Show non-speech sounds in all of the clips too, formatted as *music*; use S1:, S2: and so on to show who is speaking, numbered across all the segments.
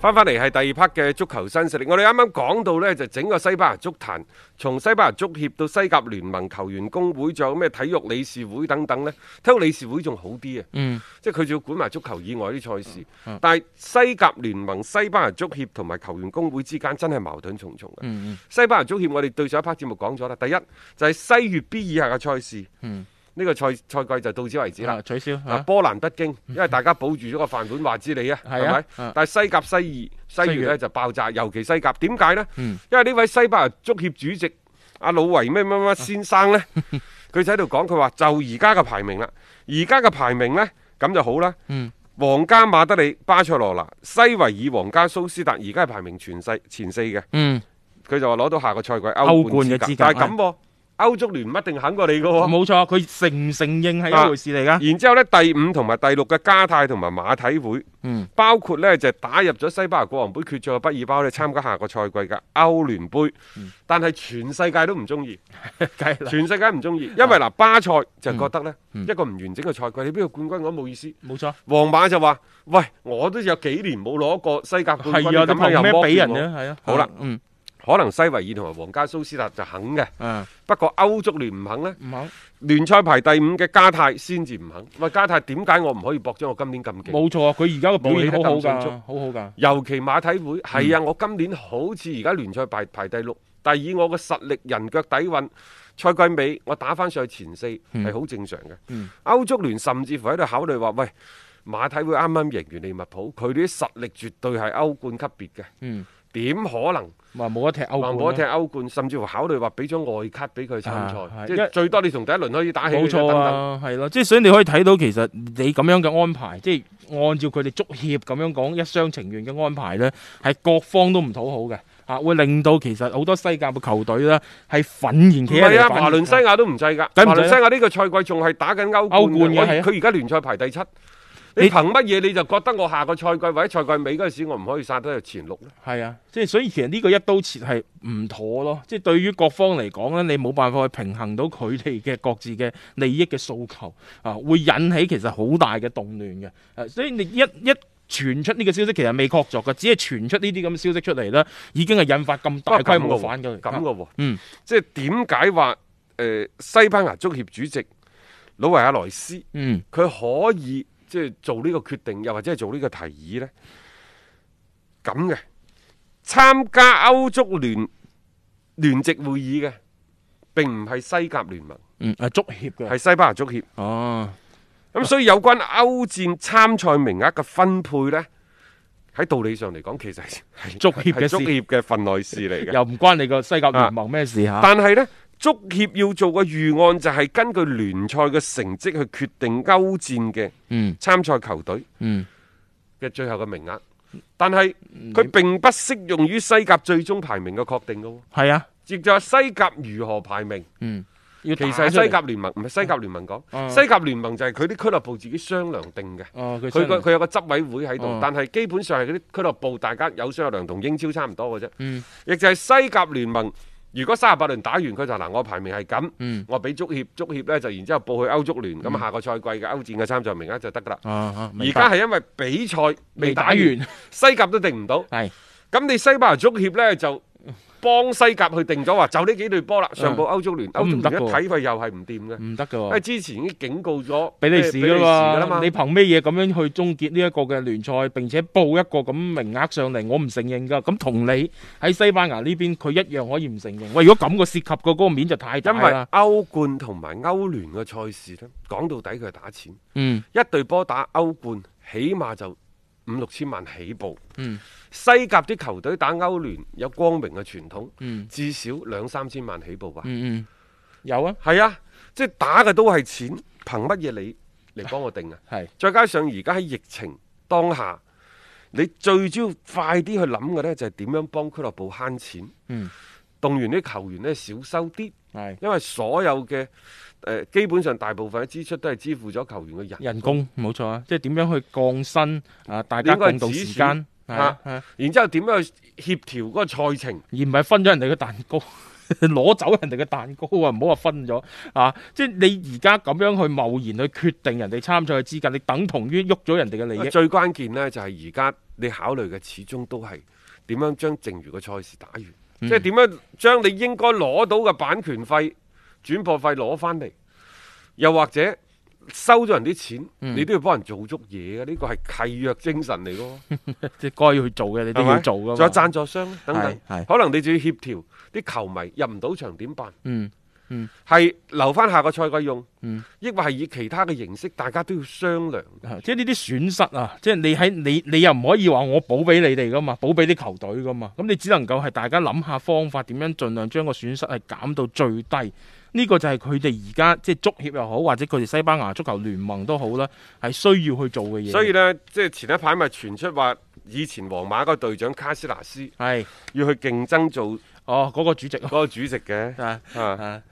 S1: 翻翻嚟係第二 part 嘅足球新勢力，我哋啱啱講到呢，就整個西班牙足壇，從西班牙足協到西甲聯盟球員工會，仲有咩體育理事會等等呢。體育理事會仲好啲啊，即係佢仲要管埋足球以外啲賽事。但係西甲聯盟、西班牙足協同埋球員工會之間真係矛盾重重嘅。西班牙足協我哋對上一 part 節目講咗啦，第一就係、西乙 B 以下嘅賽事，呢、個賽賽季就到此為止啦
S2: 啊，。取消
S1: 啊，
S2: 啊！
S1: 波蘭不
S2: *laughs*
S1: 經，因為大家保住咗個飯碗話之你啊，
S2: 係
S1: 係
S2: 啊
S1: 咪？
S2: 啊
S1: 但係西甲西二西乙
S2: 西
S1: 呢
S2: 乙嗯
S1: 就爆炸，尤其西甲點解呢？因為呢位西班牙足協主席阿魯維咩咩咩先生呢，
S2: 嗯
S1: *laughs* 佢就喺度講，佢話就而家嘅排名啦，而家嘅排名呢，咁就好啦。
S2: 嗯
S1: 皇家馬德里、巴塞羅那、西維爾、皇家蘇斯達，而家係排名全世前四嘅。
S2: 嗯，
S1: 佢就話攞到下個賽季
S2: 歐
S1: 歐
S2: 冠嘅資格
S1: 但係咁喎，歐足聯唔一定肯過你嘅喎。
S2: 冇錯，佢承唔承認係一回事嚟噶。
S1: 然之後呢，第五同埋第六嘅加泰同埋馬體會，
S2: 嗯
S1: 包括呢就打入咗西班牙國王杯決賽嘅畢爾包呢參加下個賽季嘅歐聯杯，但係全世界都唔中意，
S2: 嗯 *laughs* 梗係啦，啊嗯
S1: 全世界唔中意，因為嗱、巴塞就覺得呢、一個唔完整嘅賽季，你邊個冠軍我都冇意思。
S2: 冇錯，
S1: 皇馬就話：喂，我都有幾年冇攞過西甲冠軍，
S2: 係啊，
S1: 咁
S2: 你
S1: 樣又
S2: 憑
S1: 剝
S2: 咩
S1: 奪
S2: 俾人
S1: 我
S2: 呢？係啊，
S1: 好啦
S2: 嗯，
S1: 可能西維爾同埋皇家蘇斯達就肯嘅，
S2: 啊，
S1: 不過歐足聯唔肯呢。
S2: 唔肯，
S1: 聯賽排第五嘅加泰先至唔肯。喂，加泰點解我唔可以博咗我今年咁勁？
S2: 冇錯，啊佢而家個表現好好
S1: 冇理得咁迅速
S2: 㗎，好好㗎。
S1: 尤其馬體會係
S2: 嗯
S1: 啊，我今年好似而家聯賽排排第六，但係以我嘅實力、人腳底運，賽季尾我打翻上去前四
S2: 嗯
S1: 係好正常嘅。歐足聯甚至乎喺度考慮話，喂，馬體會啱啱贏完利物浦，佢哋啲實力絕對係歐冠級別嘅，
S2: 嗯
S1: 點可能？
S2: 話冇得踢歐
S1: 話
S2: 冠
S1: 冇
S2: 啦
S1: 得啊踢歐冠，甚至乎考慮話俾咗外卡俾佢參
S2: 啊
S1: 賽，
S2: 係
S1: 即
S2: 因
S1: 係
S2: 為
S1: 最多你同第一輪可以打起佢
S2: 冇
S1: 等
S2: 錯
S1: 等。
S2: 啊，係咯，即係所以你可以睇到，其實你咁樣嘅安排，即係按照佢哋足協咁樣講一廂情願嘅安排呢，係各方都唔討好嘅，嚇、會令到其實好多西甲嘅球隊呢係憤然企
S1: 唔
S2: 喺
S1: 係
S2: 度
S1: 啊，
S2: 反
S1: 華倫西亞都唔制㗎。
S2: 梗唔
S1: 華
S2: 制啦
S1: 倫西亞呢個賽季仲係打緊歐冠
S2: 歐冠嘅
S1: 我
S2: 係啊
S1: 佢而家聯賽排第七。你
S2: 你
S1: 憑乜嘢你就覺得我下個賽季或者賽季尾嗰陣時，我唔可以殺得入前六呢？
S2: 係啊，即係所以其實呢個一刀切係唔妥咯，即係對於各方嚟講咧，你冇辦法去平衡到佢哋嘅各自嘅利益嘅訴求啊，會引起其實好大嘅動亂嘅。誒、所以你一一傳出呢個消息，其實未確鑿嘅，只係傳出呢啲咁嘅消息出嚟啦，已經係引發咁大規模嘅反
S1: 咁
S2: 嘅。
S1: 嘅喎，
S2: 嗯，
S1: 即係點解話誒西班牙足協主席魯維亞萊斯
S2: 嗯，
S1: 佢可以即係做呢個決定，又或者係做呢個提議呢？咁嘅參加歐足聯聯席會議嘅並唔係西甲聯盟，
S2: 嗯，係足協嘅。
S1: 係西班牙足協。
S2: 哦，
S1: 咁所以有關歐戰參賽名額嘅分配呢，喺道理上嚟講，其實係係
S2: *laughs* 足協嘅
S1: 係
S2: 事
S1: 足協嘅份內事嚟嘅。
S2: 又唔關你個西甲聯盟咩事嚇。
S1: 啊但係呢，足協要做嘅預案就係根據聯賽嘅成績去決定歐戰嘅
S2: 嗯
S1: 參賽球隊
S2: 嗯，
S1: 嘅最後嘅名額。但係佢並不適用於西甲最終排名嘅確定嘅喎，
S2: 係啊，
S1: 亦就係西甲如何排名，
S2: 要
S1: 其實
S2: 打
S1: 係
S2: 出嚟
S1: 西甲聯盟唔係西甲聯盟講，
S2: 嗯
S1: 西甲聯盟就係佢啲俱樂部自己商量定嘅。
S2: 哦，佢
S1: 佢個
S2: 真係
S1: 佢有個執委會喺度
S2: 哦，
S1: 但係基本上係嗰啲俱樂部大家有商有量，同英超差唔多嘅啫。
S2: 嗯
S1: 亦就係西甲聯盟，如果三十八輪打完，佢就嗱我排名係咁
S2: 嗯，
S1: 我俾足協，足協呢就然之後報去歐足聯，咁下個賽季嘅歐戰嘅參賽名額就得㗎啦。
S2: 啊啊，
S1: 而
S2: 明白
S1: 家係因為比賽未
S2: 未
S1: 打
S2: 打
S1: 完，
S2: 完啊
S1: 西甲都定唔到，
S2: 係
S1: 咁你西班牙足協呢，就幫西甲去定咗話，就呢幾隊波啦，上報歐足聯，
S2: 啊咁
S1: 歐
S2: 唔
S1: 足
S2: 得
S1: 聯一
S2: 喎
S1: 睇佢又係唔掂嘅，因
S2: 唔得噶
S1: 為
S2: 喎。
S1: 之前已經警告咗
S2: 比利時
S1: 比利
S2: 噶
S1: 時㗎啦嘛
S2: 嘛，你，憑咩嘢咁樣去終結呢一個嘅聯賽，並且報一個咁名額上嚟，我唔承認噶。咁同你喺西班牙呢邊，佢一樣可以唔承認。喂，如果咁個涉及個嗰個面就太啊大
S1: 因為
S2: 啦。
S1: 歐冠同埋歐聯嘅賽事呢，講到底佢係打錢。
S2: 嗯，
S1: 一隊波打歐冠，起碼就五六千萬起步。
S2: 嗯
S1: 西甲啲球隊打歐聯有光明嘅傳統，
S2: 嗯
S1: 至少兩三千萬起步吧。
S2: 嗯嗯，有啊，
S1: 係啊，即係打嘅都係錢，憑乜嘢你嚟幫我定啊？
S2: 係
S1: 再加上而家喺疫情當下，你最主要快啲去諗嘅呢，就係點樣幫俱樂部慳錢。
S2: 嗯，
S1: 動員啲球員呢，少收啲，
S2: 係
S1: 因為所有嘅誒、呃基本上大部分嘅支出都係支付咗球員嘅人
S2: 人工冇錯啊，即係點樣去降薪啊？大家
S1: 應該係
S2: 共度
S1: 指
S2: 時
S1: 數
S2: 間係啊
S1: 啊
S2: 係啊
S1: 然之後點樣去協調嗰個賽程？
S2: 而唔係分咗人哋嘅蛋糕， *laughs* 攞走人哋嘅蛋糕啊！唔好話分咗啊！即係你而家咁樣去貿然去決定人哋參賽嘅資格，你等同於喐咗人哋嘅利益。
S1: 啊最關鍵呢，就係而家你考慮嘅始終都係點樣將剩餘嘅賽事打完，
S2: 嗯
S1: 即係點樣將你應該攞到嘅版權費、轉播費攞翻嚟，又或者收咗人啲錢，
S2: 嗯
S1: 你都要幫人做足嘢嘅，呢個係契約精神嚟嘅。
S2: 即係該要去做嘅，你都
S1: 係咪
S2: 嗯要做
S1: 仲有
S2: 噶嘛。
S1: 贊助商咧等等，
S2: 係係
S1: 可能你就要協調啲球迷入唔到場點辦？
S2: 嗯嗯，
S1: 係留翻下個賽季用，
S2: 嗯
S1: 抑或係以其他嘅形式，大家都要商量。
S2: 啊即係呢啲損失啊！即係你喺你你又唔可以話我補俾你哋噶嘛，補俾啲球隊噶嘛。咁你只能夠係大家諗下方法，點樣盡量將個損失係減到最低。呢、個就係佢哋而家即係足協又好，或者佢哋西班牙足球聯盟都好啦，係需要去做嘅嘢。
S1: 所以呢，即係前一排咪傳出話，以前皇馬個隊長卡斯拿斯
S2: 係
S1: 要去競爭做
S2: 哦，嗰、個主席
S1: *laughs*
S2: 啊。
S1: 嗰個主席嘅
S2: *laughs* 啊
S1: 啊
S2: 啊！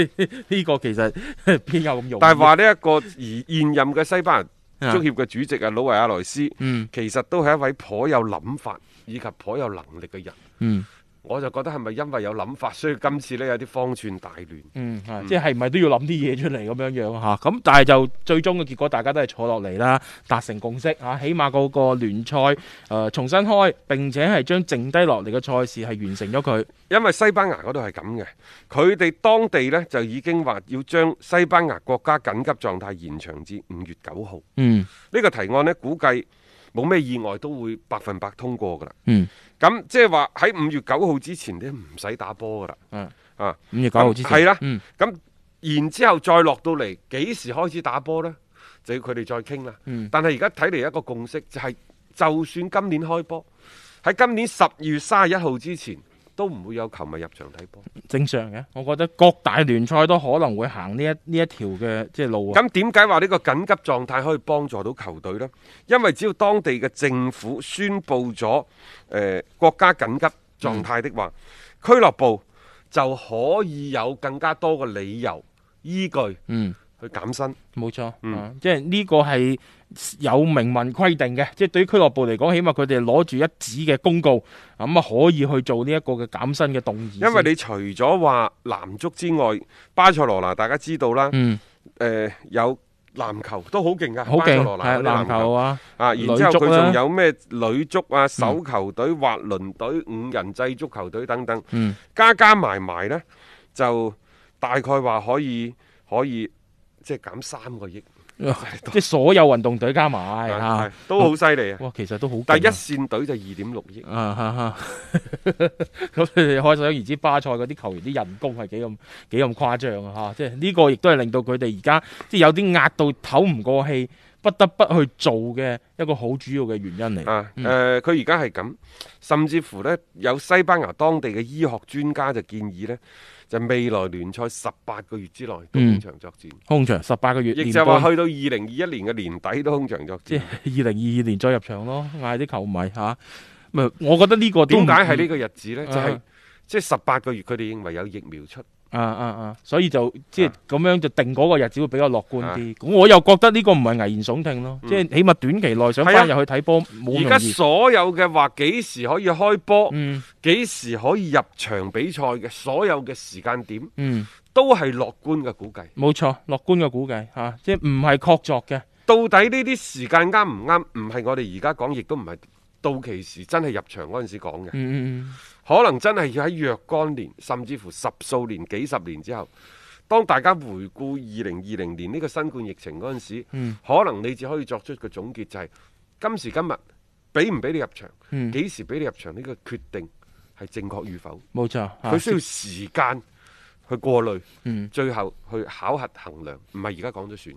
S2: 呢個其實 *laughs* 邊有咁容易？
S1: 但係話呢一個而現任嘅西班牙
S2: 啊
S1: 足協嘅主席啊，魯維亞萊斯，
S2: 嗯
S1: 其實都係一位頗有諗法以及頗有能力嘅人。
S2: 嗯
S1: 我就覺得係咪因為有諗法，所以今次呢有啲方寸大亂？
S2: 嗯，係即係咪都要諗啲嘢出嚟咁樣樣啊嚇？咁、但係就最終嘅結果，大家都係坐落嚟啦，達成共識嚇、啊起碼嗰個聯賽誒、呃重新開，並且係將剩低落嚟嘅賽事係完成咗佢。
S1: 因為西班牙嗰度係咁嘅，佢哋當地呢就已經話要將西班牙國家緊急狀態延長至五月九號。
S2: 嗯
S1: 呢個提案呢，估計冇咩意外都會百分百通過噶啦。
S2: 嗯，
S1: 咁即係話喺五月九號之前呢，唔使打波噶啦。
S2: 嗯
S1: 啊，
S2: 五月九號之前
S1: 係啦
S2: 嗯
S1: 咁然之後再落到嚟，幾時開始打波呢？就要佢哋再傾啦。
S2: 嗯
S1: 但係而家睇嚟一個共識就係、就算今年開波，喺今年十二月三十一號之前。都唔會有球迷入場睇波。
S2: 正常嘅，我覺得各大聯賽都可能會行呢一呢一條嘅即係路啊。
S1: 咁點解話呢個緊急狀態可以幫助到球隊呢？因為只要當地嘅政府宣布咗誒、呃、國家緊急狀態的話，
S2: 嗯
S1: 俱樂部就可以有更加多嘅理由依據
S2: 嗯。
S1: 去減薪。
S2: 冇錯，
S1: 嗯
S2: 啊即係呢個係有明文規定嘅，即係對於俱樂部嚟講，起碼佢哋攞住一紙嘅公告，咁啊可以去做呢一個嘅減薪嘅動議先。
S1: 因為你除咗話男足之外，巴塞羅那大家知道啦，誒、
S2: 嗯，
S1: 有籃球都好勁噶，
S2: 好
S1: 巴塞
S2: 勁
S1: 羅那
S2: 係
S1: 嗰啲
S2: 籃球啊，
S1: 啊，然之後
S2: 女足
S1: 佢
S2: 啦嗯
S1: 仲有咩女足啊、手球隊、滑輪隊、五人制足球隊等等， *laughs*
S2: 嗯
S1: 加加埋埋呢，就大概話可以可以即係減三個億，
S2: 哦即係所有運動隊加埋
S1: 係
S2: 啊，
S1: 都好犀利啊！
S2: 哇，其實都好勁啊。
S1: 但係一線隊就二點六億，
S2: 啊哈哈！ *laughs* 咁你哋可想而知，巴塞嗰啲球員啲人工係幾咁幾咁誇張啊！嚇，即係呢個亦都係令到佢哋而家即係有啲壓到唞唔過氣，不得不去做嘅一個好主要嘅原因嚟。
S1: 啊，誒、佢而家係咁，甚至乎呢，有西班牙當地嘅醫學專家就建議呢，就未來聯賽十八個月之內都
S2: 嗯
S1: 空場作戰，
S2: 空場十八個月，
S1: 亦、
S2: 連
S1: 就係話
S2: 冠
S1: 去到二零二一年嘅年底都空場作
S2: 即
S1: 戰
S2: 係。二零二二年再入場咯，嗌啲球迷嚇。咪、我覺得呢個都
S1: 點解係呢
S2: 個
S1: 個日子呢？
S2: 嗯
S1: 就係
S2: 啊
S1: 即係十八個月，佢哋認為有疫苗出，
S2: 啊啊啊，所以就即係
S1: 啊
S2: 咁樣就定嗰個日子會比較樂觀
S1: 啊
S2: 啲。咁、我又覺得呢個唔係危言聳聽咯，
S1: 嗯
S2: 即係起碼短期內想
S1: 係啊
S2: 翻入去睇波冇咁
S1: 而家
S2: 容易。
S1: 所有嘅話幾時可以開波，
S2: 嗯
S1: 幾時可以入場比賽嘅所有嘅時間點，
S2: 嗯，
S1: 都係樂觀嘅估計。
S2: 冇錯，樂觀嘅估計嚇、啊即係唔係確鑿嘅。
S1: 到底呢啲時間啱唔啱？唔係我哋而家講，亦都唔係到期時真係入場嗰陣時講嘅，
S2: 嗯嗯
S1: 可能真係要喺若干年，甚至乎十數年、幾十年之後，當大家回顧二零二零年呢個新冠疫情嗰陣時，
S2: 嗯
S1: 可能你只可以作出個總結，就係、今時今日俾唔俾你入場，幾、
S2: 嗯
S1: 時俾你入場呢個決定係正確與否，
S2: 嗯，冇錯，
S1: 佢
S2: 啊
S1: 需要時間去過濾，
S2: 嗯
S1: 最後去考核衡量，唔係而家講咗算。